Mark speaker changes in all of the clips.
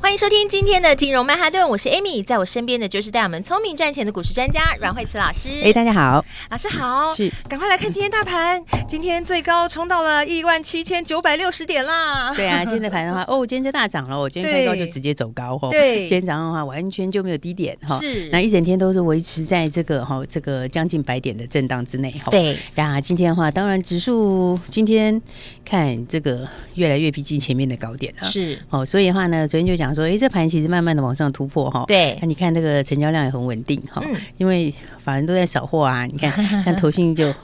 Speaker 1: 欢迎收听今天的金融曼哈顿，我是 Amy，在我身边的就是带我们聪明赚钱的股市专家阮慧慈老师。
Speaker 2: 哎、大家好，
Speaker 1: 老师好，
Speaker 2: 是
Speaker 1: 赶快来看今天大盘，今天最高冲到了一万七千九百六十点啦。
Speaker 2: 对啊，现在盘 的话，哦，今天在大涨了，我今天
Speaker 1: 对
Speaker 2: 开高就直接走高哦，
Speaker 1: 对
Speaker 2: 今天早上的话完全就没有低点哈，
Speaker 1: 是
Speaker 2: 那一整天都是维持在这个哈这个将近百点的震荡之内哈，，
Speaker 1: 对，
Speaker 2: 那今天的话，当然指数今天看这个越来越逼近前面的高点了，
Speaker 1: 是，
Speaker 2: 哦，所以的话呢，昨天就讲说，哎，这盘其实慢慢的往上突破哈、
Speaker 1: 对
Speaker 2: 那、你看这个成交量也很稳定哈、
Speaker 1: 嗯
Speaker 2: 因为法人都在扫货啊，你看像投 信就、哦、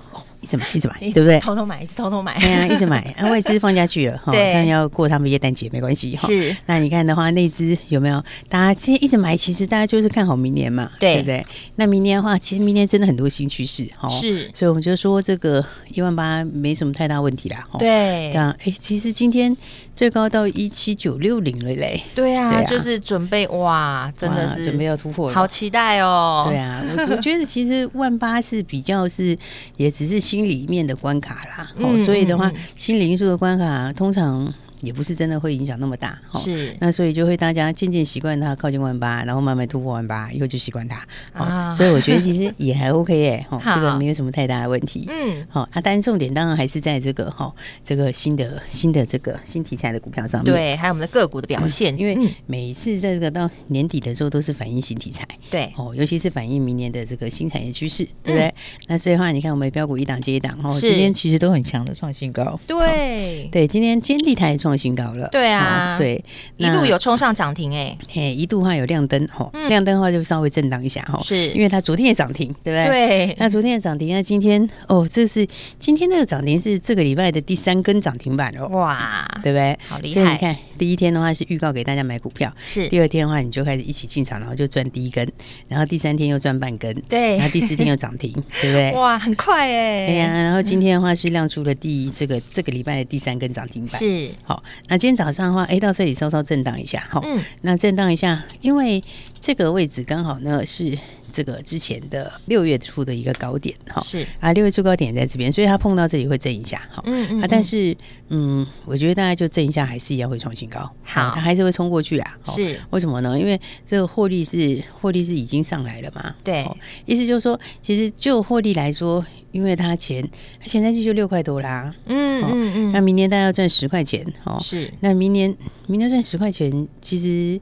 Speaker 2: 一直买一直买，对不对？
Speaker 1: 偷偷买，一直偷偷买，
Speaker 2: 哎呀，一直买，那外资放假去了哈，
Speaker 1: 对
Speaker 2: 当然要过他们耶诞节没关系哈。
Speaker 1: 是
Speaker 2: 那你看的话，内资有没有？大家其实一直买，其实大家就是看好明年嘛，
Speaker 1: 对
Speaker 2: 不对？那明年的话，其实明年真的很多新趋势哈，
Speaker 1: 是
Speaker 2: 所以我们就说这个一万八没什么太大问题啦。哈，
Speaker 1: 对
Speaker 2: 对啊，哎，其实今天最高到一七九六零了嘞，
Speaker 1: 对
Speaker 2: 对
Speaker 1: 啊，
Speaker 2: 啊
Speaker 1: 就是准备哇，真的
Speaker 2: 哇
Speaker 1: 是
Speaker 2: 准备要突破了。
Speaker 1: 好期待哦。
Speaker 2: 对啊，我我觉得其实万八是比较是，也只是心里面的关卡啦。哦，
Speaker 1: 嗯
Speaker 2: 所以的话
Speaker 1: 嗯嗯，
Speaker 2: 心理因素的关卡通常也不是真的会影响那么大。哦、。
Speaker 1: 是
Speaker 2: 那所以就会大家渐渐习惯它靠近万八，然后慢慢突破万八，以后就习惯它。哦
Speaker 1: 啊
Speaker 2: 所以我觉得其实也还 OK 哎、哦，
Speaker 1: 好
Speaker 2: 这个没有什么太大的问题。
Speaker 1: 嗯，
Speaker 2: 好、啊，但是重点当然还是在这个哈、哦，这个新的新的这个新题材的股票上面。哦
Speaker 1: 对，还有我们的个股的表现，
Speaker 2: 因为
Speaker 1: 嗯
Speaker 2: 每一次在这个到年底的时候，都是反映新题材
Speaker 1: 对
Speaker 2: 哦，尤其是反映明年的这个新产业趋势，对不对？那所以的话，你看我们标股一档接一档哦，
Speaker 1: 嗯是
Speaker 2: 今天其实都很强的创新高，哦
Speaker 1: 对，
Speaker 2: 对，今天监利台也创新高了，
Speaker 1: 对啊
Speaker 2: 哦对，
Speaker 1: 一
Speaker 2: 那
Speaker 1: 度有冲上涨停哎，
Speaker 2: 嘿一度的话有亮灯哦，
Speaker 1: 嗯
Speaker 2: 亮灯的话就稍微震荡一下哦，
Speaker 1: 是
Speaker 2: 因为它昨天也涨停，对哎不对？
Speaker 1: 对，
Speaker 2: 那昨天的涨停，那今天哦，这是今天那个涨停是这个礼拜的第三根涨停板哦，
Speaker 1: 哇，
Speaker 2: 对不对？
Speaker 1: 好厉
Speaker 2: 所以你
Speaker 1: 害，
Speaker 2: 看，第一天的话是预告给大家买股票，
Speaker 1: 是
Speaker 2: 第二天的话，你就开始一起进场，然后就赚第一根，然后第三天又赚半根，
Speaker 1: 对
Speaker 2: 然后第四天又涨 停，对不对？
Speaker 1: 哇，很快哎，
Speaker 2: 对呀、然后今天的话是亮出了第一这个这个礼拜的第三根涨停板。
Speaker 1: 是，
Speaker 2: 好，那今天早上的话，哎，到这里稍稍震荡一下，哈、
Speaker 1: 嗯，
Speaker 2: 那震荡一下，因为这个位置刚好呢是这个之前的六月初的一个高点，哈、
Speaker 1: 是，
Speaker 2: 啊，六月初高点也在这边，所以它碰到这里会震一下，哈、
Speaker 1: 嗯嗯
Speaker 2: 啊，但
Speaker 1: 嗯
Speaker 2: 是，嗯，我觉得大家就震一下，还是一样会创新高，
Speaker 1: 好
Speaker 2: 它还是会冲过去啊，哦
Speaker 1: 是
Speaker 2: 为什么呢？因为这个获利是获利是已经上来了嘛。
Speaker 1: 对
Speaker 2: 哦意思就是说，其实就获利来说，因为它前它前三季就六块多啦，
Speaker 1: 嗯
Speaker 2: 哦
Speaker 1: 嗯
Speaker 2: 那明年大概要赚十块钱哦
Speaker 1: 嗯，。是
Speaker 2: 那明年明年赚十块钱，其实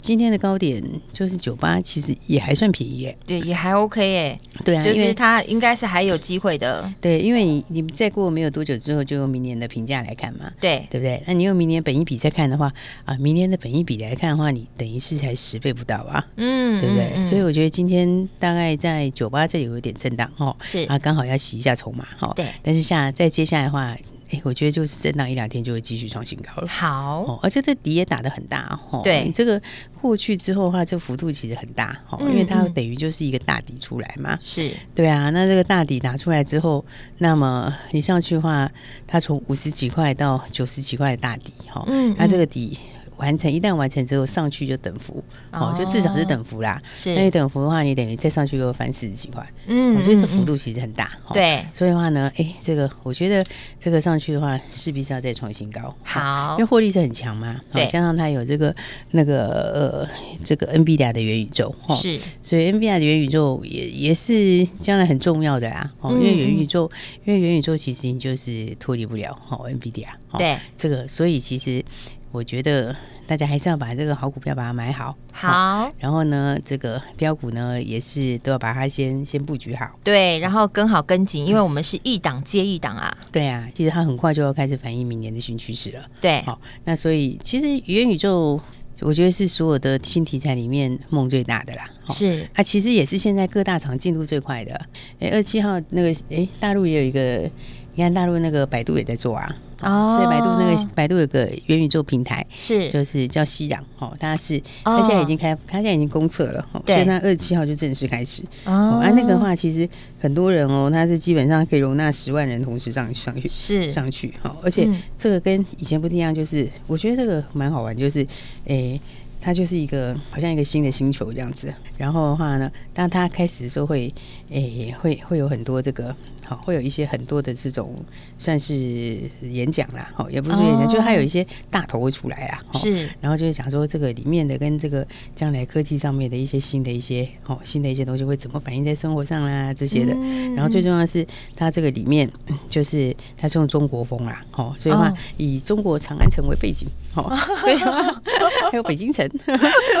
Speaker 2: 今天的高点就是九八，其实也还算便宜耶。
Speaker 1: 对，也还 OK 哎，
Speaker 2: 对啊，
Speaker 1: 就
Speaker 2: 因
Speaker 1: 是
Speaker 2: 为
Speaker 1: 它应该是还有机会的，
Speaker 2: 对，因为你你再过没有多久之后，就用明年的评价来看嘛。
Speaker 1: 对，
Speaker 2: 对不对？那你用明年本一比再看的话，啊，明年的本一比来看的话，你等于是才十倍不到啊。
Speaker 1: 嗯，
Speaker 2: 对不对？
Speaker 1: 嗯嗯
Speaker 2: 所以我觉得今天大概在酒吧这里有一点震荡哦，
Speaker 1: 是
Speaker 2: 啊，刚好要洗一下筹码哦。
Speaker 1: 对
Speaker 2: 但是下再接下来的话，哎，我觉得就是震荡一两天就会继续创新高了。
Speaker 1: 好，
Speaker 2: 哦，而且这底也打得很大哦。
Speaker 1: 对
Speaker 2: 你这个过去之后的话，这幅度其实很大哦，
Speaker 1: 嗯
Speaker 2: 因为它
Speaker 1: 嗯
Speaker 2: 等于就是一个大底出来嘛。
Speaker 1: 是
Speaker 2: 对啊，那这个大底打出来之后，那么你上去的话，它从五十几块到九十几块的大底哈，
Speaker 1: 嗯
Speaker 2: 那这
Speaker 1: 嗯
Speaker 2: 个底完成一旦完成之后上去就等幅，哦，就至少是等幅啦。
Speaker 1: 是，
Speaker 2: 那你等幅的话，你等于再上去又翻四十几块，
Speaker 1: 嗯
Speaker 2: 哎哦所以这
Speaker 1: 嗯嗯
Speaker 2: 幅度其实很大。哦
Speaker 1: 对
Speaker 2: 所以的话呢，哎，这个我觉得这个上去的话，势必是要再创新高。哦
Speaker 1: 好
Speaker 2: 因为，获利是很强嘛，哦
Speaker 1: 对
Speaker 2: 加上它有这个那个呃这个 NVIDIA 的元宇宙，哦
Speaker 1: 是
Speaker 2: 所以 NVIDIA 的元宇宙也也是将来很重要的啦。哦，因
Speaker 1: 嗯
Speaker 2: 为元宇宙，因为元宇宙其实你就是脱离不了哦 NVIDIA 哦。
Speaker 1: 对
Speaker 2: 这个，所以其实我觉得大家还是要把这个好股票把它买好。哦
Speaker 1: 好。
Speaker 2: 然后呢，这个标股呢也是都要把它先先布局好。
Speaker 1: 对，然后跟好跟紧，因为我们是一档接一档啊。
Speaker 2: 对啊，其实它很快就要开始反映明年的新趋势了。
Speaker 1: 对，
Speaker 2: 好、那所以其实元宇宙，我觉得是所有的新题材里面梦最大的啦。哦
Speaker 1: 是
Speaker 2: 它其实也是现在各大厂进度最快的。哎，二七号那个，哎，大陆也有一个，你看大陆那个百度也在做啊，
Speaker 1: 哦
Speaker 2: 所以百度那个百度有个元宇宙平台，
Speaker 1: 是
Speaker 2: 就是叫熙壤哦，它是
Speaker 1: 哦
Speaker 2: 它现在已经开，它现在已经公测了，哦
Speaker 1: 对
Speaker 2: 所以它二十七号就正式开始。
Speaker 1: 哦
Speaker 2: 哦，啊，那个的话其实很多人哦，它是基本上可以容纳十万人同时上上去
Speaker 1: 是
Speaker 2: 上去哈、哦，而且
Speaker 1: 嗯
Speaker 2: 这个跟以前不一样，就是我觉得这个蛮好玩，就是诶。它就是一个好像一个新的星球这样子，然后的话呢，当它开始的时候会，诶、会会有很多这个，好、会有一些很多的这种算是演讲啦，好、也不是演讲，
Speaker 1: 哦
Speaker 2: 就是它有一些大头会出来啊，哦
Speaker 1: 是
Speaker 2: 然后就会讲说这个里面的跟这个将来科技上面的一些新的一些哦新的一些东西会怎么反映在生活上啦这些的。
Speaker 1: 嗯
Speaker 2: 然后最重要的是，它这个里面嗯就是它是用中国风啦，哦，所以的话、
Speaker 1: 哦
Speaker 2: 以中国长安城为背景，哦，所以 的话还有北京城，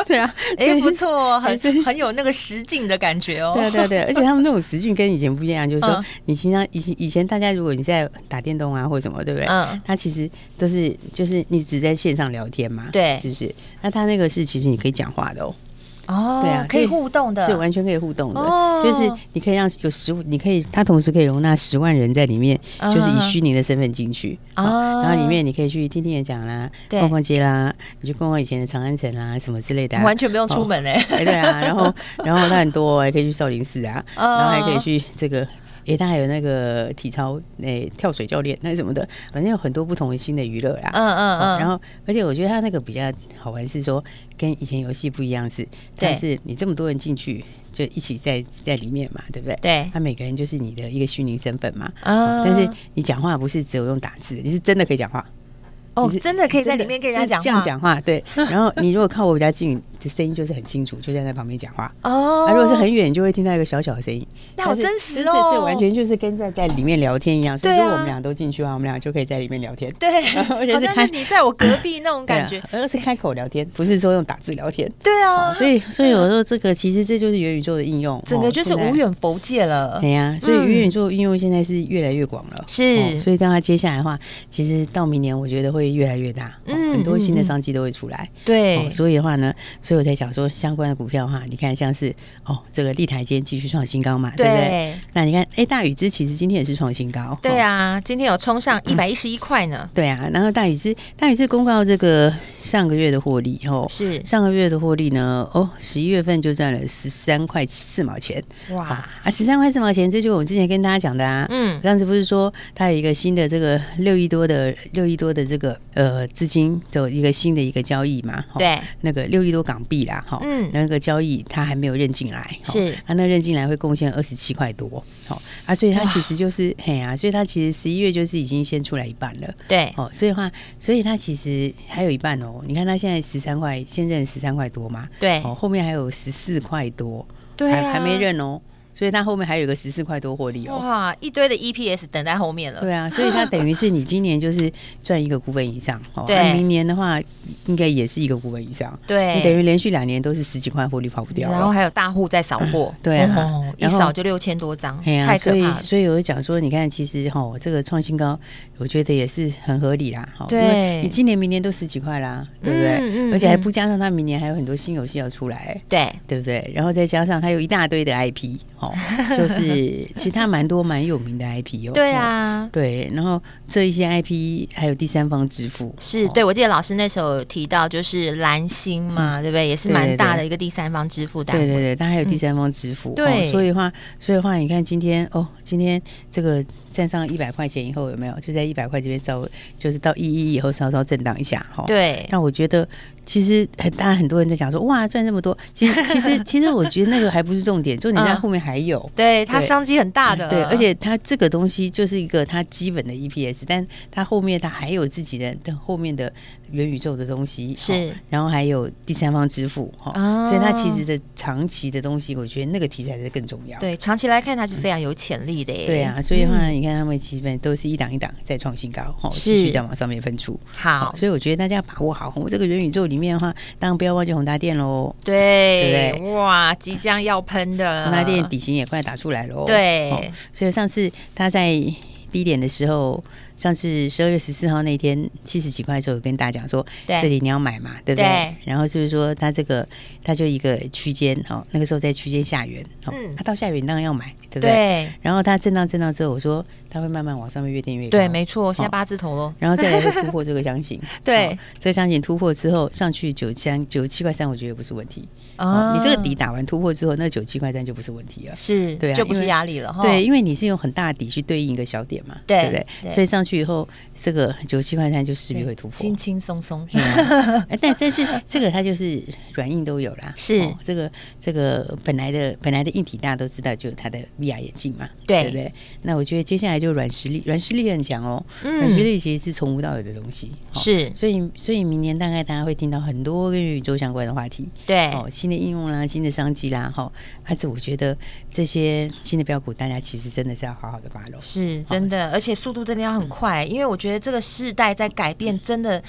Speaker 2: 对啊， 所
Speaker 1: 哎
Speaker 2: 以
Speaker 1: 不错哦，很
Speaker 2: 还是
Speaker 1: 很有那个实景的感觉哦。
Speaker 2: 对啊，对 啊，对啊，而且他们那种时讯跟以前不一样，就是说
Speaker 1: 嗯，
Speaker 2: 你平常以前以前大家如果你在打电动啊或者什么，对不对？
Speaker 1: 嗯
Speaker 2: 他其实都是就是你只在线上聊天嘛，
Speaker 1: 对
Speaker 2: 是不是？那他那个是其实你可以讲话的哦，
Speaker 1: 哦，
Speaker 2: 对啊
Speaker 1: 可以
Speaker 2: 所以
Speaker 1: 互动的，
Speaker 2: 是完全可以互动的，
Speaker 1: 哦
Speaker 2: 就是你可以让有十五，你可以它同时可以容纳十万人在里面，
Speaker 1: 嗯
Speaker 2: 就是以虚拟的身份进去
Speaker 1: 嗯
Speaker 2: 哦然后里
Speaker 1: 哦
Speaker 2: 面你可以去听听演讲啦，
Speaker 1: 对
Speaker 2: 逛逛街啦，你去逛逛以前的长安城啦什么之类的啊、
Speaker 1: 完全不用出门哎、
Speaker 2: 哎、对啊，然后然后它很多，哦还可以去少林寺 啊，
Speaker 1: 哦
Speaker 2: 然后还可以去这个。哎，它还有那个体操，哎，跳水教练那什么的，反正有很多不同的新的娱乐啦。
Speaker 1: 嗯嗯
Speaker 2: 哦
Speaker 1: 嗯，
Speaker 2: 然后，而且我觉得它那个比较好玩是说，跟以前游戏不一样是，
Speaker 1: 对
Speaker 2: 它是你这么多人进去就一起在在里面嘛，对不对？
Speaker 1: 对
Speaker 2: 他每个人就是你的一个虚拟身份嘛。
Speaker 1: 啊
Speaker 2: 哦但是你讲话不是只有用打字，你是真的可以讲话。
Speaker 1: 哦
Speaker 2: 你是，
Speaker 1: 真的可以在里面跟人家讲
Speaker 2: 真的这样
Speaker 1: 话
Speaker 2: 讲话， 对。然后你如果靠我比较近，这声音就是很清楚，就站在旁边讲话。
Speaker 1: 哦、
Speaker 2: 啊，如果是很远，就会听到一个小小的声音。
Speaker 1: 那好
Speaker 2: 但是
Speaker 1: 真实
Speaker 2: 这
Speaker 1: 哦
Speaker 2: 这完全就是跟在在里面聊天一样。所以
Speaker 1: 对啊
Speaker 2: 如果我们俩都进去啊，我们俩就可以在里面聊天。
Speaker 1: 哦 对，
Speaker 2: 而且
Speaker 1: 好
Speaker 2: 是
Speaker 1: 像
Speaker 2: 看
Speaker 1: 是你在我隔壁那种
Speaker 2: 对啊，
Speaker 1: 感觉，
Speaker 2: 而是开口聊天，不是说用打字聊天。
Speaker 1: 对啊，
Speaker 2: 哦所以，所以我说这个其实这就是元宇宙的应用，
Speaker 1: 整
Speaker 2: 哦哎
Speaker 1: 个就是
Speaker 2: 现在
Speaker 1: 无远佛界了
Speaker 2: 对，呀、所以
Speaker 1: 嗯
Speaker 2: 元宇宙应用现在是越来越广了，哦
Speaker 1: 是
Speaker 2: 所以当它接下来的话，其实到明年我觉得会越来越大，哦
Speaker 1: 嗯
Speaker 2: 很多新的
Speaker 1: 嗯
Speaker 2: 商机都会出来。
Speaker 1: 对
Speaker 2: 哦，，所以的话呢，所以我才想说相关的股票的话，你看像是哦这个立台今天继续创新高啊嘛，对不对？
Speaker 1: 对
Speaker 2: 那你看，哎，大宇之其实今天也是创新高，
Speaker 1: 对
Speaker 2: 哦嗯
Speaker 1: 啊，今天有冲上一百一十一块呢，
Speaker 2: 对啊，然后大宇之大宇之公告这个上个月的获利哦，
Speaker 1: 是
Speaker 2: 上个月的获利呢，哦，十一月份就赚了十三块四毛钱，
Speaker 1: 哇，
Speaker 2: 啊，十三块四毛钱，这就是我们之前跟大家讲的啊。
Speaker 1: 嗯，
Speaker 2: 上次不是说它有一个新的这个六亿多的六亿多的这个呃资金的一个新的一个交易嘛？齁，
Speaker 1: 对，
Speaker 2: 那个六亿多港币啦，哈，
Speaker 1: 嗯
Speaker 2: 那个交易它还没有认进来，齁
Speaker 1: 是
Speaker 2: 啊，那认进来会贡献二十七块多，好啊，所以它其实就是嘿啊，所以它其实十一月就是已经先出来一半了。
Speaker 1: 对，
Speaker 2: 哦，所以的话，所以它其实还有一半哦。你看它现在十三块，现任十三块多嘛，
Speaker 1: 对
Speaker 2: 哦，后面还有十四块多，
Speaker 1: 对啊
Speaker 2: 还还没认哦，所以它后面还有一个十四块多获利哦。
Speaker 1: 哇，一堆的 EPS 等在后面了，
Speaker 2: 对啊，所以它等于是你今年就是赚一个股本以上哦，
Speaker 1: 对
Speaker 2: 那明年的话应该也是一个股本以上，
Speaker 1: 对
Speaker 2: 你等于连续两年都是十几块获利跑不掉
Speaker 1: 然后
Speaker 2: 了。
Speaker 1: 还有大户在扫货，
Speaker 2: 对啊
Speaker 1: 哦一
Speaker 2: 然后
Speaker 1: 扫就六千多张，
Speaker 2: 哎呀、
Speaker 1: 太可
Speaker 2: 所以
Speaker 1: 怕了，
Speaker 2: 所以我就讲说，你看，其实哈、哦，这个创新高，我觉得也是很合理啦。哦
Speaker 1: 对
Speaker 2: 因为你今年、明年都十几块啦，对不对？
Speaker 1: 嗯嗯
Speaker 2: 而且还
Speaker 1: 嗯
Speaker 2: 不加上它明年还有很多新游戏要出来，
Speaker 1: 对，
Speaker 2: 对不对？然后再加上它有一大堆的 IP，哦，就是 其实它蛮多蛮有名的 IP 哦。
Speaker 1: 对
Speaker 2: 哦
Speaker 1: 啊。
Speaker 2: 对，然后这一些 IP 还有第三方支付，
Speaker 1: 是
Speaker 2: 哦
Speaker 1: 对，我记得老师那时候有提到，就是蓝星嘛，对不对？也是
Speaker 2: 嗯对
Speaker 1: 蛮
Speaker 2: 对
Speaker 1: 大
Speaker 2: 对
Speaker 1: 的一个第三方支付单
Speaker 2: 对
Speaker 1: 位。
Speaker 2: 对对，它还有第三方支付，
Speaker 1: 嗯
Speaker 2: 哦
Speaker 1: 对
Speaker 2: 所以的话，所以的话，你看今天哦，今天这个站上一百块钱以后有没有？就在一百块这边稍微，就是到一一以后稍稍震荡一下，哈、哦。
Speaker 1: 对
Speaker 2: 那我觉得，其实很大很多人在讲说，哇，赚这么多。其实，其实，其实，我觉得那个还不是重点，重点在
Speaker 1: 嗯
Speaker 2: 后面还有。
Speaker 1: 对，它
Speaker 2: 对
Speaker 1: 商机很大的。
Speaker 2: 对，而且它这个东西就是一个它基本的 EPS，但它后面它还有自己的的后面的元宇宙的东西，
Speaker 1: 是
Speaker 2: 哦然后还有第三方支付哈，
Speaker 1: 哦
Speaker 2: 所以它其实的长期的东西，我觉得那个题材是更重要。
Speaker 1: 对长期来看，它是非常有潜力的耶。
Speaker 2: 对啊，所以的话，你看他们基本都是一档一档在创新高，哦，
Speaker 1: 是
Speaker 2: 继续在往上面分出。
Speaker 1: 好
Speaker 2: 哦，所以我觉得大家把握好，我这个元宇宙里面的话，当然不要忘记宏达电喽。
Speaker 1: 对
Speaker 2: 对不
Speaker 1: 哇，即将要喷的
Speaker 2: 宏达电哦底型也快打出来喽。
Speaker 1: 对
Speaker 2: 所以上次它在低点的时候，上次十二月十四号那天七十几块的时候，有跟大家讲说，
Speaker 1: 对
Speaker 2: 这里你要买嘛，对不对？
Speaker 1: 对
Speaker 2: 然后就是说它这个它就一个区间哦，那个时候在区间下缘，哦，
Speaker 1: 嗯
Speaker 2: 它到下缘当然要买，对不对？
Speaker 1: 对
Speaker 2: 然后它震荡震荡之后，我说它会慢慢往上面越垫越高，
Speaker 1: 对，没错，现在
Speaker 2: 哦
Speaker 1: 八字头喽。，
Speaker 2: 然后再来会突破这个箱型
Speaker 1: 对
Speaker 2: 哦这个箱型突破之后上去九三九七块三，我觉得也不是问题。
Speaker 1: 啊
Speaker 2: 哦你这个底打完突破之后，那九七块三就不是问题了。
Speaker 1: 是，
Speaker 2: 对啊
Speaker 1: 就不
Speaker 2: 因
Speaker 1: 是
Speaker 2: 为
Speaker 1: 压力了哈。
Speaker 2: 对，因为你是用很大的底去对应一个小点嘛，
Speaker 1: 哦对
Speaker 2: 不
Speaker 1: 对
Speaker 2: 对？所以上去以后，这个九七块三就势必会突破
Speaker 1: 轻。轻松松。
Speaker 2: 嘿啊哎但但是这个它就是软硬都有啦，哦
Speaker 1: 是
Speaker 2: 这个这个本来的本来的硬体大家都知道，就是它的 VR 眼镜嘛，
Speaker 1: 对
Speaker 2: 不对？那我觉得接下来就软实力，软实力很强哦，
Speaker 1: 嗯
Speaker 2: 软实力其实是从无到有的东西，哦
Speaker 1: 是，
Speaker 2: 所以，所以明年大概大家会听到很多跟宇宙相关的话题，
Speaker 1: 对，
Speaker 2: 哦，新的应用啦，新的商机啦，哈、还是我觉得这些新的标股，大家其实真的是要好好嗯的把握。
Speaker 1: 是真的，而且速度真的要很快，因为我觉得这个世代在改变，真的。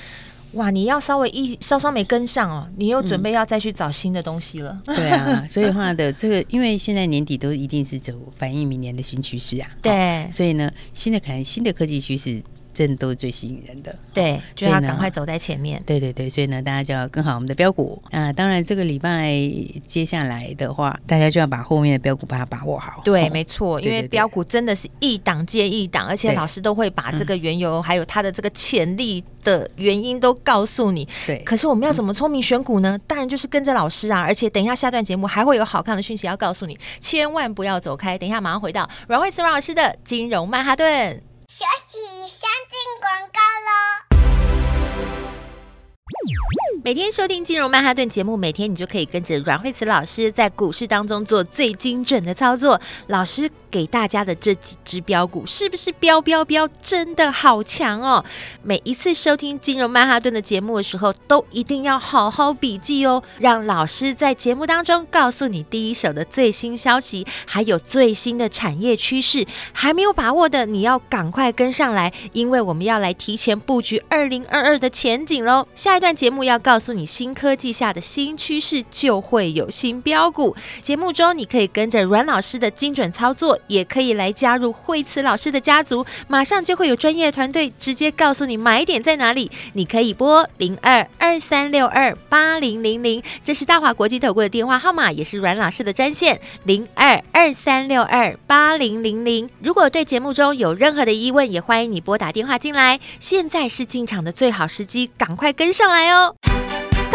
Speaker 1: 哇，你要稍微一稍稍没跟上哦，你又准备要再去找新的东西了。
Speaker 2: 对啊，所以的话的这个，因为现在年底都一定是走反映明年的新趋势啊，哦
Speaker 1: 对
Speaker 2: 所以呢，新的可能新的科技趋势，真的都是最吸引人的。
Speaker 1: 对，就
Speaker 2: 所
Speaker 1: 要
Speaker 2: 以呢
Speaker 1: 赶快走在前面。
Speaker 2: 对对对，所以呢，大家就要跟好我们的标股啊。当然，这个礼拜接下来的话，大家就要把后面的标股把它把握好。
Speaker 1: 对，
Speaker 2: 哦
Speaker 1: 没错，因
Speaker 2: 对
Speaker 1: 为
Speaker 2: 对对
Speaker 1: 标股真的是一档接一档，而且
Speaker 2: 对嗯
Speaker 1: 老师都会把这个缘由还有它的这个潜力的原因都告诉你。
Speaker 2: 对，
Speaker 1: 可是我们要怎么聪明选股呢？当然就是跟着老师啊！而且等一下下段节目还会有好看的讯息要告诉你，千万不要走开。等一下马上回到阮慧慈阮老师的金融曼哈顿。
Speaker 3: 学习相进广告喽。
Speaker 1: 每天收听《金融曼哈顿》节目，每天你就可以跟着阮慧慈老师在股市当中做最精准的操作。老师给大家的这几只标股，是不是标标标真的好强哦？每一次收听《金融曼哈顿》的节目的时候，都一定要好好笔记哦，让老师在节目当中告诉你第一手的最新消息，还有最新的产业趋势。还没有把握的，你要赶快跟上来，因为我们要来提前布局二零二二的前景喽。下一段节目要告诉你新科技下的新趋势，就会有新标股。节目中你可以跟着阮老师的精准操作，也可以来加入惠慈老师的家族，马上就会有专业团队直接告诉你买点在哪里。你可以拨零二二三六二八零零零，这是大华国际投顾的电话号码，也是阮老师的专线零二二三六二八零零零。如果对节目中有任何的疑问，也欢迎你拨打电话进来。现在是进场的最好时机，赶快跟上来哦！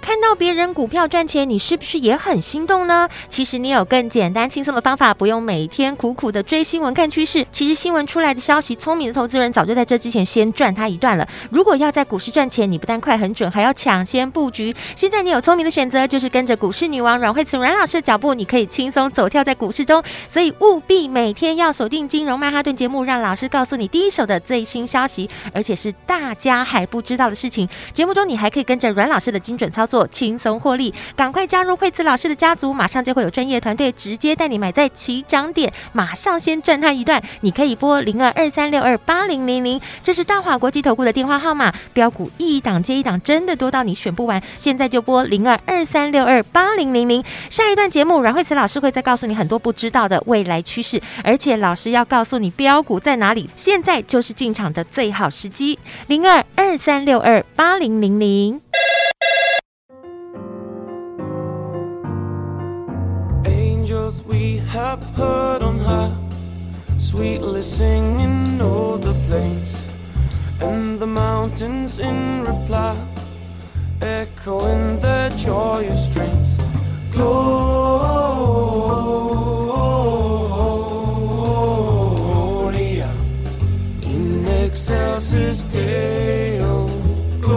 Speaker 1: 看到别人股票赚钱，你是不是也很心动呢？其实你有更简单轻松的方法，不用每天苦苦的追新闻看趋势。其实新闻出来的消息，聪明的投资人早就在这之前先赚它一段了。如果要在股市赚钱，你不但快很准，还要抢先布局。现在你有聪明的选择，就是跟着股市女王阮慧慈阮老师的脚步，你可以轻松走跳在股市中。所以务必每天要锁定《金融曼哈顿》节目，让老师告诉你第一手的最新消息，而且是大家还不知道的事情。节目中你还可以跟着阮老师的精准操作。做轻松获利。赶快加入惠慈老师的家族，马上就会有专业团队直接带你买在起涨点，马上先赚它一段。你可以拨零二二三六二八零零零，这是大华国际投顾的电话号码。标股一档接一档，真的多到你选不完，现在就拨零二二三六二八零零零。下一段节目，阮慧慈老师会再告诉你很多不知道的未来趋势，而且老师要告诉你标股在哪里，现在就是进场的最好时机。零二二三六二八零零零。
Speaker 4: angels we have heard on high, sweetly singing o'er the plains and the mountains in reply, echoing their joyous strains. Gloria in excelsis Deo. Oh,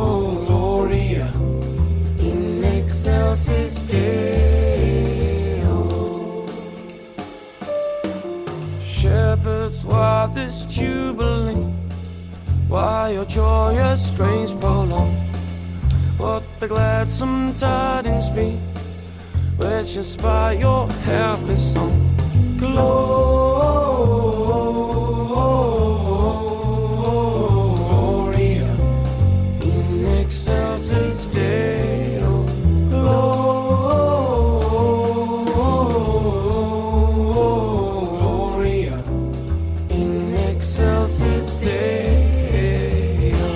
Speaker 4: Gloria in excelsis Deo. Shepherds, why this jubilee? Why your joyous strains prolong? What the gladsome tidings be, which inspire your happy song? Gloria in excelsis Deo. Gloria in excelsis Deo.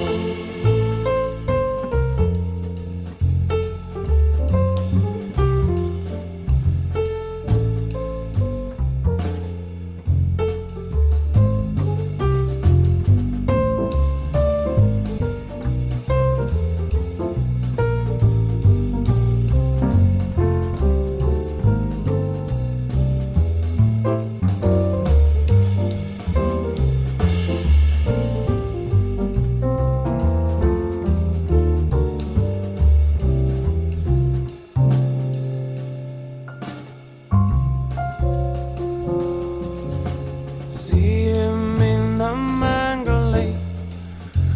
Speaker 4: See him in the Magdalene,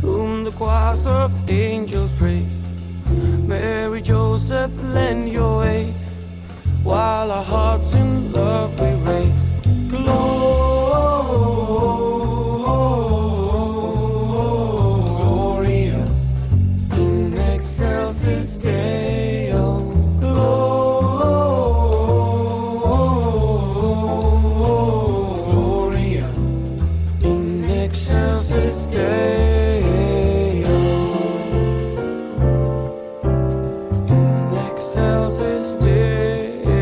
Speaker 4: whom the choirs of angels praise. Mary, Joseph, lend your aid, while our hearts in love we raise. Gloria in excelsis Deo. Gloria in excelsis Deo. In excelsis Deo.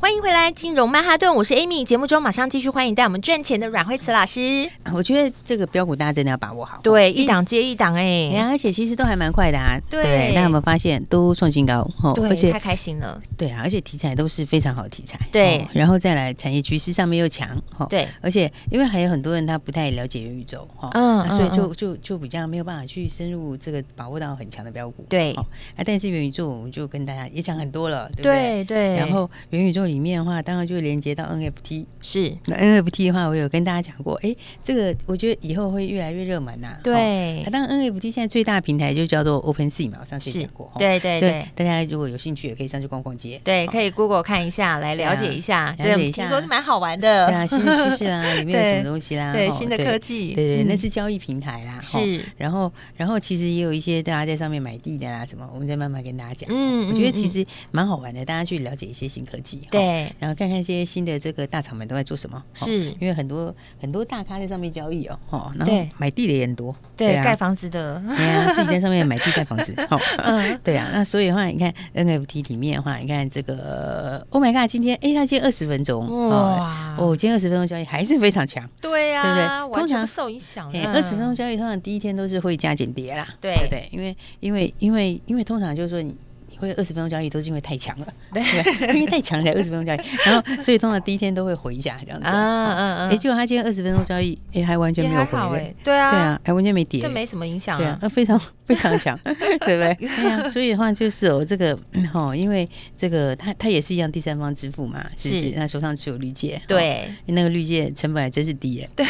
Speaker 1: 欢迎回来，金融曼哈顿，我是 Amy。节目中马上继续欢迎带我们赚钱的阮慧慈老师。
Speaker 2: 啊我觉得这个标股大家真的要把握好。
Speaker 1: 对，一档接一档哎、
Speaker 2: 哎呀，而且其实都还蛮快的啊。
Speaker 1: 对
Speaker 2: 那有没有发现都创新高？哦，而
Speaker 1: 对，太
Speaker 2: 且
Speaker 1: 开心了。
Speaker 2: 对啊，而且题材都是非常好的题材。
Speaker 1: 对
Speaker 2: 哦然后再来产业趋势上面又强。哦，
Speaker 1: 对，
Speaker 2: 而且因为还有很多人他不太了解元宇宙。哈
Speaker 1: 嗯
Speaker 2: 那所以
Speaker 1: 嗯
Speaker 2: 就就就比较没有办法去深入这个把握到很强的标股。
Speaker 1: 对
Speaker 2: 哦啊，但是元宇宙我们就跟大家也讲很多了，对不对？
Speaker 1: 对对，
Speaker 2: 然后元宇宙里面的话，当然就连接到 NFT。
Speaker 1: 是
Speaker 2: 那 NFT 的话，我有跟大家讲过，哎、这个我觉得以后会越来越热门呐、哦
Speaker 1: 对
Speaker 2: 啊，当然 NFT 现在最大的平台就叫做 OpenSea 嘛，我上次也
Speaker 1: 是
Speaker 2: 讲过。，哦
Speaker 1: 对对
Speaker 2: 所以
Speaker 1: 对。
Speaker 2: 大家如果有兴趣，也可以上去逛逛街。
Speaker 1: 对，
Speaker 2: 哦
Speaker 1: 可以 Google 看一下，来了解一下，
Speaker 2: 对
Speaker 1: 这
Speaker 2: 啊了解一下
Speaker 1: 听说是蛮好玩的。
Speaker 2: 对啊，新的趋势啦，里面有什么东西啦？
Speaker 1: 对
Speaker 2: 哦
Speaker 1: 新的科技
Speaker 2: 对对，对
Speaker 1: 嗯
Speaker 2: 那是交易平台啦。哦
Speaker 1: 是
Speaker 2: 然后，然后其实也有一些大家在上面买地的啦，啊什么，我们再慢慢跟大家讲。哦
Speaker 1: 嗯
Speaker 2: 我觉得
Speaker 1: 嗯
Speaker 2: 其实蛮好玩的，大家去了解一些新科技。哦
Speaker 1: 对
Speaker 2: 然后看看这些新的这个大厂们都在做什么。哦
Speaker 1: 是
Speaker 2: 因为很多很多大咖在上面交易哦，哦，然后
Speaker 1: 对
Speaker 2: 买地的也很多，
Speaker 1: 对，
Speaker 2: 啊
Speaker 1: 盖房子的，
Speaker 2: 对啊，自己在上面买地盖房子， 好、
Speaker 1: 嗯
Speaker 2: 对啊，那所以的话，你看 NFT 里面的话，你看这个，Oh my God，今天哎，它今天二十分钟，哦，
Speaker 1: 哇，
Speaker 2: 哦，今天二十分钟交易还是非常强，
Speaker 1: 对呀，
Speaker 2: 对不对
Speaker 1: 完
Speaker 2: 通
Speaker 1: 全
Speaker 2: 常
Speaker 1: 不受影响
Speaker 2: 哎、
Speaker 1: 的。
Speaker 2: 二十分钟交易通常第一天都是会加减跌啦，
Speaker 1: 嗯对
Speaker 2: 不对，因为因为因为因为通常就是说你。你会二十分钟交易都是因为太强了，对吧，因为太强才二十分钟交易，然后所以通常第一天都会回一下这样子。
Speaker 1: 啊嗯嗯
Speaker 2: 哎，结果他今天二十分钟交易，哎，还完全
Speaker 1: 也
Speaker 2: 没有
Speaker 1: 还
Speaker 2: 回
Speaker 1: 好
Speaker 2: 来，
Speaker 1: 哎，对
Speaker 2: 对
Speaker 1: 啊，
Speaker 2: 啊，还完全没跌，
Speaker 1: 这没什么影响
Speaker 2: 对啊
Speaker 1: 啊，。
Speaker 2: 那非常 非 常强，对不对？对呀、所以的话就是哦，这个哦，因为这个它它也是一样第三方支付嘛，是不是
Speaker 1: 是？
Speaker 2: 那手上持有绿界，哦
Speaker 1: 对，
Speaker 2: 那个绿界成本还真是低耶，对，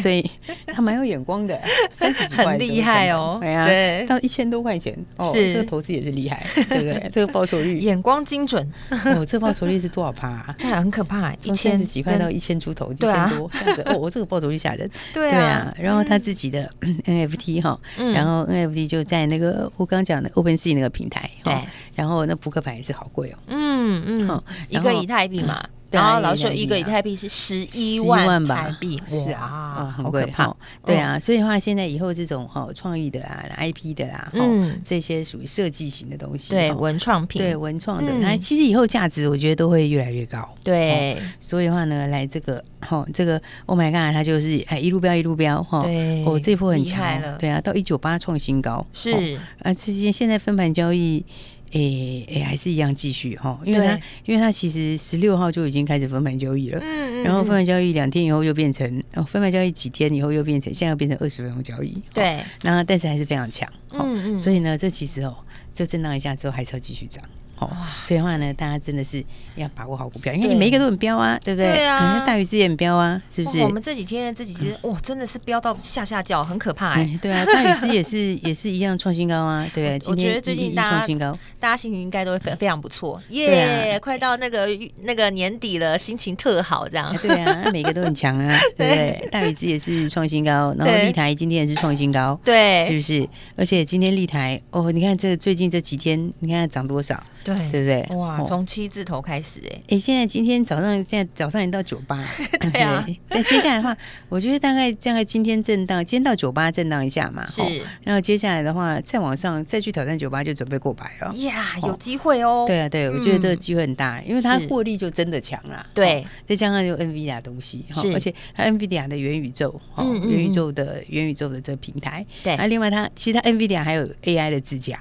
Speaker 2: 所以他蛮有眼光 的，三十几块
Speaker 1: 很厉害哦
Speaker 2: 怎么成本哎
Speaker 1: 对
Speaker 2: 呀，到一千多块钱，哦，
Speaker 1: 是
Speaker 2: 这个投资也是厉害，对不对？这个报酬率，
Speaker 1: 眼光精准，
Speaker 2: 哦，这个报酬率是多少趴啊？
Speaker 1: 这很可怕，一
Speaker 2: 从三
Speaker 1: 千
Speaker 2: 十几块到一千出头，一
Speaker 1: 对啊
Speaker 2: 千多这样子，哦，我这个报酬率吓人，
Speaker 1: 对
Speaker 2: 对
Speaker 1: 啊
Speaker 2: 啊，，然后他自己的 NFT 哈，
Speaker 1: 嗯
Speaker 2: 然后 NFT 就在那个我刚讲的 OpenSea 那个平台，
Speaker 1: 对
Speaker 2: 哦，然后那扑克牌也是好贵哦，
Speaker 1: 嗯嗯
Speaker 2: 哦，
Speaker 1: 一个
Speaker 2: 然后
Speaker 1: 以太币嘛，
Speaker 2: 对
Speaker 1: 然
Speaker 2: 啊
Speaker 1: 后老师说一
Speaker 2: 一
Speaker 1: 个
Speaker 2: 个
Speaker 1: 以
Speaker 2: 以
Speaker 1: 太
Speaker 2: 太
Speaker 1: 币是十一
Speaker 2: 11
Speaker 1: 万
Speaker 2: 吧
Speaker 1: 台币，
Speaker 2: 是
Speaker 1: 哇
Speaker 2: 啊，哦
Speaker 1: 好
Speaker 2: 很
Speaker 1: 可
Speaker 2: 贵
Speaker 1: 怕
Speaker 2: 哦，对啊，所以的话，现在以后这种哈创意的啊、IP 的啊，嗯
Speaker 1: 嗯，
Speaker 2: 这些属于设计型的东西，
Speaker 1: 对
Speaker 2: 哦
Speaker 1: 文创品，
Speaker 2: 对文创的
Speaker 1: 嗯，
Speaker 2: 那其实以后价值我觉得都会越来越高，
Speaker 1: 对
Speaker 2: 所以的话呢，来这个哈，这个 Oh my God，它就是哎一路飙一路飙哈，
Speaker 1: 对
Speaker 2: 哦这波很
Speaker 1: 厉害
Speaker 2: 强
Speaker 1: 了，
Speaker 2: 对啊，到一九八创新高
Speaker 1: 是
Speaker 2: 哦啊，这些现在分盘交易，诶、诶、还是一样继续哈，因为它
Speaker 1: 对
Speaker 2: 因为它其实十六号就已经开始分盘交易了，
Speaker 1: 嗯嗯
Speaker 2: 然后分
Speaker 1: 嗯
Speaker 2: 盘交易两天以后又变成哦，分盘交易几天以后又变成现在又变成二十分钟交易，哦，
Speaker 1: 对，
Speaker 2: 那但是还是非常强，哦
Speaker 1: 嗯嗯
Speaker 2: 所以呢，这其实哦，就震荡一下之后还是要继续涨。哦，所以的话呢，大家真的是要把握好股票，因为
Speaker 1: 对
Speaker 2: 你每一个都很标啊，对不对？
Speaker 1: 对啊
Speaker 2: 可能大禹之也很标啊，是不
Speaker 1: 哇
Speaker 2: 是？
Speaker 1: 我们这几天这几天哇，真的是飙到下下叫，很可怕哎
Speaker 2: 嗯，，对啊，大禹之也是也是一样创新高啊，对不对？
Speaker 1: 我觉
Speaker 2: 今天
Speaker 1: 得最近
Speaker 2: 一一
Speaker 1: 大家
Speaker 2: 创新高，
Speaker 1: 大家心情应该都会非非常不错，
Speaker 2: 对啊
Speaker 1: 耶，快到那个呃那个年底了，心情特好这样
Speaker 2: 啊，对啊，每个都很强啊，对不对？大禹之也是创新高，然后
Speaker 1: 对
Speaker 2: 立台今天也是创新高，是
Speaker 1: 对
Speaker 2: 不是？而且今天立台哦，你看这最近这几天，你看它涨多少，
Speaker 1: 对
Speaker 2: 对不对？
Speaker 1: 哇，
Speaker 2: 哦
Speaker 1: 从七字头开始哎，
Speaker 2: 哎，现在今天早上现在早上已经到九八，
Speaker 1: 对 啊
Speaker 2: 那接下来的话，我觉得大概大概今天震荡，今天到九八震荡一下嘛，
Speaker 1: 是
Speaker 2: 哦然后接下来的话，再往上再去挑战九八，就准备过百了。
Speaker 1: 呀，
Speaker 2: 哦
Speaker 1: 有机会哦，
Speaker 2: 对啊，对，我觉得这个
Speaker 1: 嗯
Speaker 2: 机会很大，因为它
Speaker 1: 是
Speaker 2: 获利就真的强啦。
Speaker 1: 对
Speaker 2: 哦，再加上就 NVIDIA 的东西，哈
Speaker 1: 是
Speaker 2: 而且它 NVIDIA 的元宇宙，哈
Speaker 1: 嗯嗯嗯
Speaker 2: 元宇宙的元宇宙的这个平台，
Speaker 1: 对
Speaker 2: 啊，另外它其实它 NVIDIA 还有 AI 的自驾。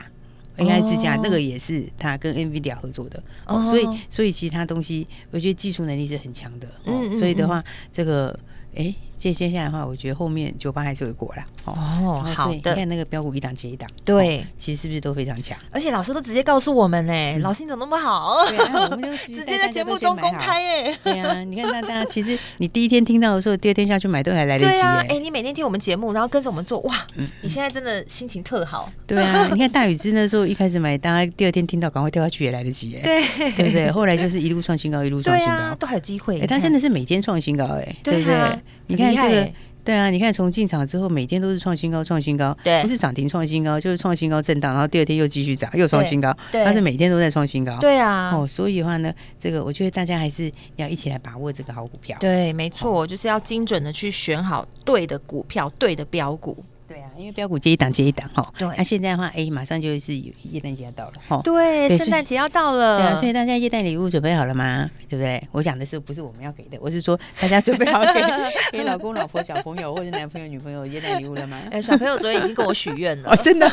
Speaker 2: AI 自驾
Speaker 1: 哦
Speaker 2: 那个也是它跟 NVIDIA 合作的，
Speaker 1: 哦
Speaker 2: 哦，所以所以其他东西，我觉得技术能力是很强的，哦
Speaker 1: 嗯嗯
Speaker 2: 所以的话，这个哎，接接下来的话，我觉得后面酒吧还是会过啦，哦，
Speaker 1: 哦，
Speaker 2: 然
Speaker 1: 好
Speaker 2: 后所以你
Speaker 1: 的，
Speaker 2: 看那个标股一档接一档，
Speaker 1: 对
Speaker 2: 哦其实是不是都非常强？
Speaker 1: 而且老师都直接告诉我们呢、老师你怎么那么好？
Speaker 2: 对 啊，我们就
Speaker 1: 直接在节目中公开。哎、
Speaker 2: 对啊，你看大大家其实你第一天听到的时候，第二天下去买都还来得及
Speaker 1: 对啊，哎、
Speaker 2: 耶。
Speaker 1: 你每天听我们节目，然后跟着我们做，哇，
Speaker 2: 嗯
Speaker 1: 你现在真的心情特好，
Speaker 2: 对啊，你看大禹之那时候一开始买，大家第二天听到赶快掉下去也来得及耶，
Speaker 1: 对
Speaker 2: 对不对？后来就是一路创新高，一路创
Speaker 1: 对
Speaker 2: 新
Speaker 1: 啊，
Speaker 2: 高。
Speaker 1: 都还有机会，
Speaker 2: 哎，他真的是每天创新高，哎，
Speaker 1: 对
Speaker 2: 对
Speaker 1: 啊
Speaker 2: 不对？你看
Speaker 1: 很
Speaker 2: 这
Speaker 1: 厉害
Speaker 2: 个
Speaker 1: 耶，
Speaker 2: 对啊，你看从进场之后，每天都是创新高，创新高，
Speaker 1: 对
Speaker 2: 不是涨停创新高，就是创新高震荡，然后第二天又继续涨，又创新高，
Speaker 1: 对对
Speaker 2: 他是每天都在创新高，
Speaker 1: 对啊。
Speaker 2: 哦，所以的话呢，这个我觉得大家还是要一起来把握这个好股票，
Speaker 1: 对，没错，就是要精准的去选好对的股票、对的标股。
Speaker 2: 对啊，因为标股接一档接一档哈。
Speaker 1: 对
Speaker 2: 那、现在的话，哎、马上就是耶诞节要到了哈。
Speaker 1: 对，
Speaker 2: 对
Speaker 1: 圣诞节要到了，
Speaker 2: 对啊，所以大家耶诞礼物准备好了吗？对不对？我讲的是不是我们要给的？我是说大家准备好 给给老公、老婆、小朋友或者男朋友、女朋友耶诞礼物了吗？
Speaker 1: 哎、小朋友昨天已经跟我许愿了
Speaker 2: 哦，。真的，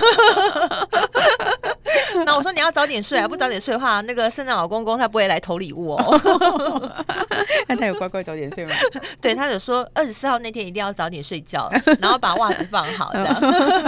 Speaker 1: 那我说你要早点睡啊，不早点睡的话，那个圣诞老公公他不会来投礼物哦。
Speaker 2: 那他有乖乖早点睡吗？
Speaker 1: 对他有说二十四号那天一定要早点睡觉，然后把袜子放好这 样。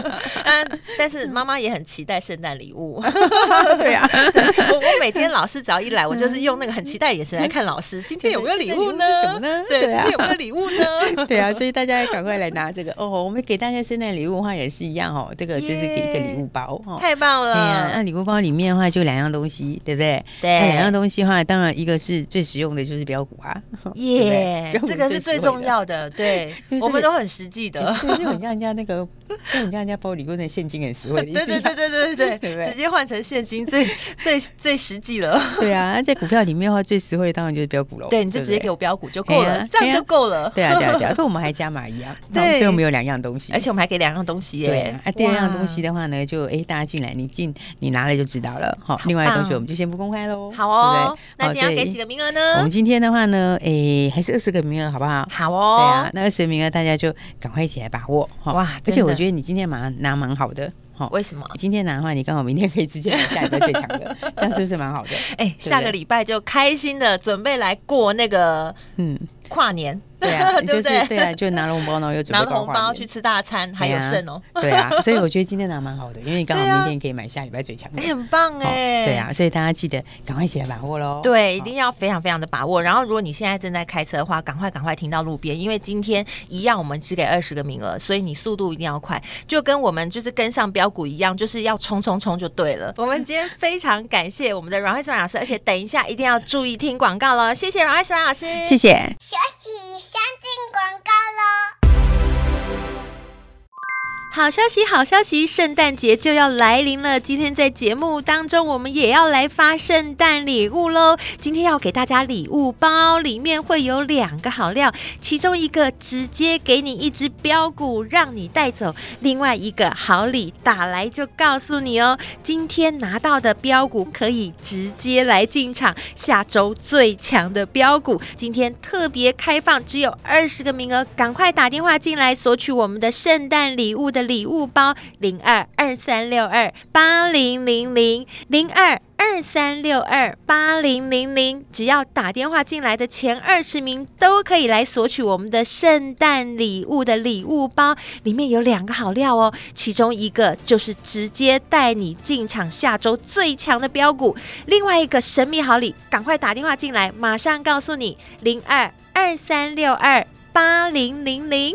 Speaker 1: 但但是妈妈也很期待圣诞礼物。
Speaker 2: 对啊，
Speaker 1: 对我我每天老师只要一来，我就是用那个很期待的眼神来看老师，今天有没有礼物呢？
Speaker 2: 圣诞礼物是什么呢
Speaker 1: 对，
Speaker 2: 对啊
Speaker 1: 今天有没有礼物呢？
Speaker 2: 对啊，所以大家赶快来拿这个哦。我们给大家圣诞礼物的话也是一样哦，这个就是给一个礼物包哦。
Speaker 1: 太棒
Speaker 2: 对呀，
Speaker 1: 了！
Speaker 2: 那礼物包里面的话就两样东西，对不对？
Speaker 1: 嗯对
Speaker 2: 那两样东西的话，当然一个是最实用的，就是标股啊，
Speaker 1: 耶
Speaker 2: 对不对标股
Speaker 1: 这个是最
Speaker 2: 实惠
Speaker 1: 重
Speaker 2: 的。
Speaker 1: 要的，对
Speaker 2: 因为这个
Speaker 1: 我们都很实际的。
Speaker 2: 对，就很像人家那个，就很像人家包礼物那现金很实惠的意 思
Speaker 1: 对
Speaker 2: 一样。
Speaker 1: 对对对对对
Speaker 2: 对不
Speaker 1: 对，
Speaker 2: 对
Speaker 1: 直接换成现金最最最实际了。
Speaker 2: 对啊，那在股票里面的话，最实惠当然就是标股喽。
Speaker 1: 对，你就
Speaker 2: 不
Speaker 1: 直接给我标股就够
Speaker 2: 哎
Speaker 1: 了
Speaker 2: 呀，
Speaker 1: 这
Speaker 2: 哎
Speaker 1: 样
Speaker 2: 呀
Speaker 1: 就够了。
Speaker 2: 对啊，对啊，对啊，所以我们还加码一样，
Speaker 1: 对
Speaker 2: 好所以我们有两样东西，
Speaker 1: 而且我们还给两样东西耶。
Speaker 2: 对啊，啊第二样东西
Speaker 1: 的。
Speaker 2: 的话呢，就哎，大家进来，你进你拿了就知道了。好，另外的东西我们就先不公开喽。
Speaker 1: 好哦，
Speaker 2: 对
Speaker 1: 那
Speaker 2: 不
Speaker 1: 今天
Speaker 2: 对好
Speaker 1: 要
Speaker 2: 所
Speaker 1: 给
Speaker 2: 以
Speaker 1: 几个名额
Speaker 5: 嗯
Speaker 2: 我
Speaker 1: 呢
Speaker 2: 们？今天的话呢，诶，还是二十个名额，好不好？
Speaker 1: 好
Speaker 2: 对
Speaker 1: 哦
Speaker 2: 啊，，那二十名额大家就赶快一起来把握哈！
Speaker 1: 哇
Speaker 2: 而且
Speaker 1: 真的
Speaker 2: 我觉得你今天拿拿蛮好的哈。
Speaker 1: 为什么
Speaker 2: 你？今天拿的话，你刚好明天可以直接买下一个最强的， 这样是不是蛮好的？
Speaker 1: 哎，
Speaker 2: 对
Speaker 1: 下个礼拜就开心的准备来过那个
Speaker 2: 嗯，
Speaker 1: 跨年，
Speaker 2: 对啊，
Speaker 5: 对
Speaker 2: 就
Speaker 5: 不
Speaker 2: 是
Speaker 5: 对
Speaker 2: 对啊，就拿了红包，然后又准
Speaker 5: 拿
Speaker 2: 备
Speaker 5: 了
Speaker 2: 搞
Speaker 5: 红
Speaker 2: 画
Speaker 5: 包
Speaker 2: 面
Speaker 5: 去吃大餐，还有剩哦，，
Speaker 2: 对啊对啊，所以我觉得今天拿蛮好的，因为你刚
Speaker 5: 对啊
Speaker 2: 好明天可以买下礼拜最强的
Speaker 5: 哎，，很棒
Speaker 2: 哦
Speaker 5: 哎，
Speaker 2: 对啊，所以大家记得赶快一起来把握喽，
Speaker 5: 对，一
Speaker 2: 哦
Speaker 5: 定要非常非常的把握。然后，如果你现在正在开车的话，赶快赶快停到路边，因为今天一样我们只给二十个名额，所以你速度一定要快，就跟我们就是跟上标股一样，就是要冲冲冲就对了。我们今天非常感谢我们的阮慧慈老师，而且等一下一定要注意听广告了，谢谢阮慧慈老师，
Speaker 2: 谢谢。
Speaker 3: 学习先进广告喽。
Speaker 5: 好消息，好消息！圣诞节就要来临了。今天在节目当中，我们也要来发圣诞礼物喽。今天要给大家礼物包，里面会有两个好料，其中一个直接给你一只标股让你带走，另外一个好礼打来就告诉你哦。今天拿到的标股可以直接来进场，下周最强的标股，今天特别开放，只有二十个名额，赶快打电话进来索取我们的圣诞礼物的礼物包，零二二三六二八零零零零二。二三六二八零零零，只要打电话进来的前二十名都可以来索取我们的圣诞礼物的礼物包，里面有两个好料哦，其中一个就是直接带你进场下周最强的标股，另外一个神秘好礼，赶快打电话进来，马上告诉你零二二三六二八零零零。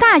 Speaker 6: 大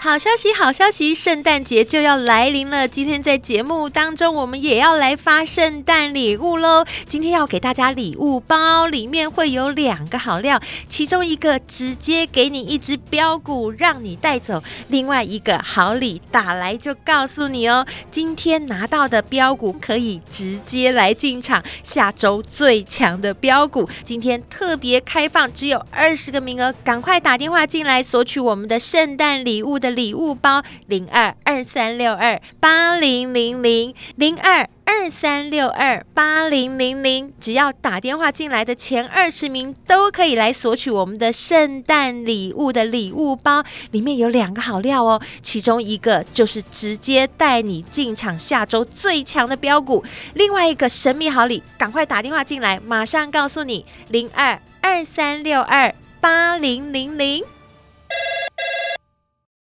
Speaker 5: 好消息，好消息！圣诞节就要来临了。今天在节目当中，我们也要来发圣诞礼物喽。今天要给大家礼物包，里面会有两个好料，其中一个直接给你一只标股让你带走，另外一个好礼打来就告诉你哦。今天拿到的标股可以直接来进场，下周最强的标股，今天特别开放，只有二十个名额，赶快打电话进来索取我们的圣诞礼物的礼物包，零二二三六二八零零零零二。二三六二八零零零，只要打电话进来的前二十名都可以来索取我们的圣诞礼物的礼物包，里面有两个好料哦，其中一个就是直接带你进场下周最强的标股，另外一个神秘好礼，赶快打电话进来，马上告诉你零二二三六二八零零零。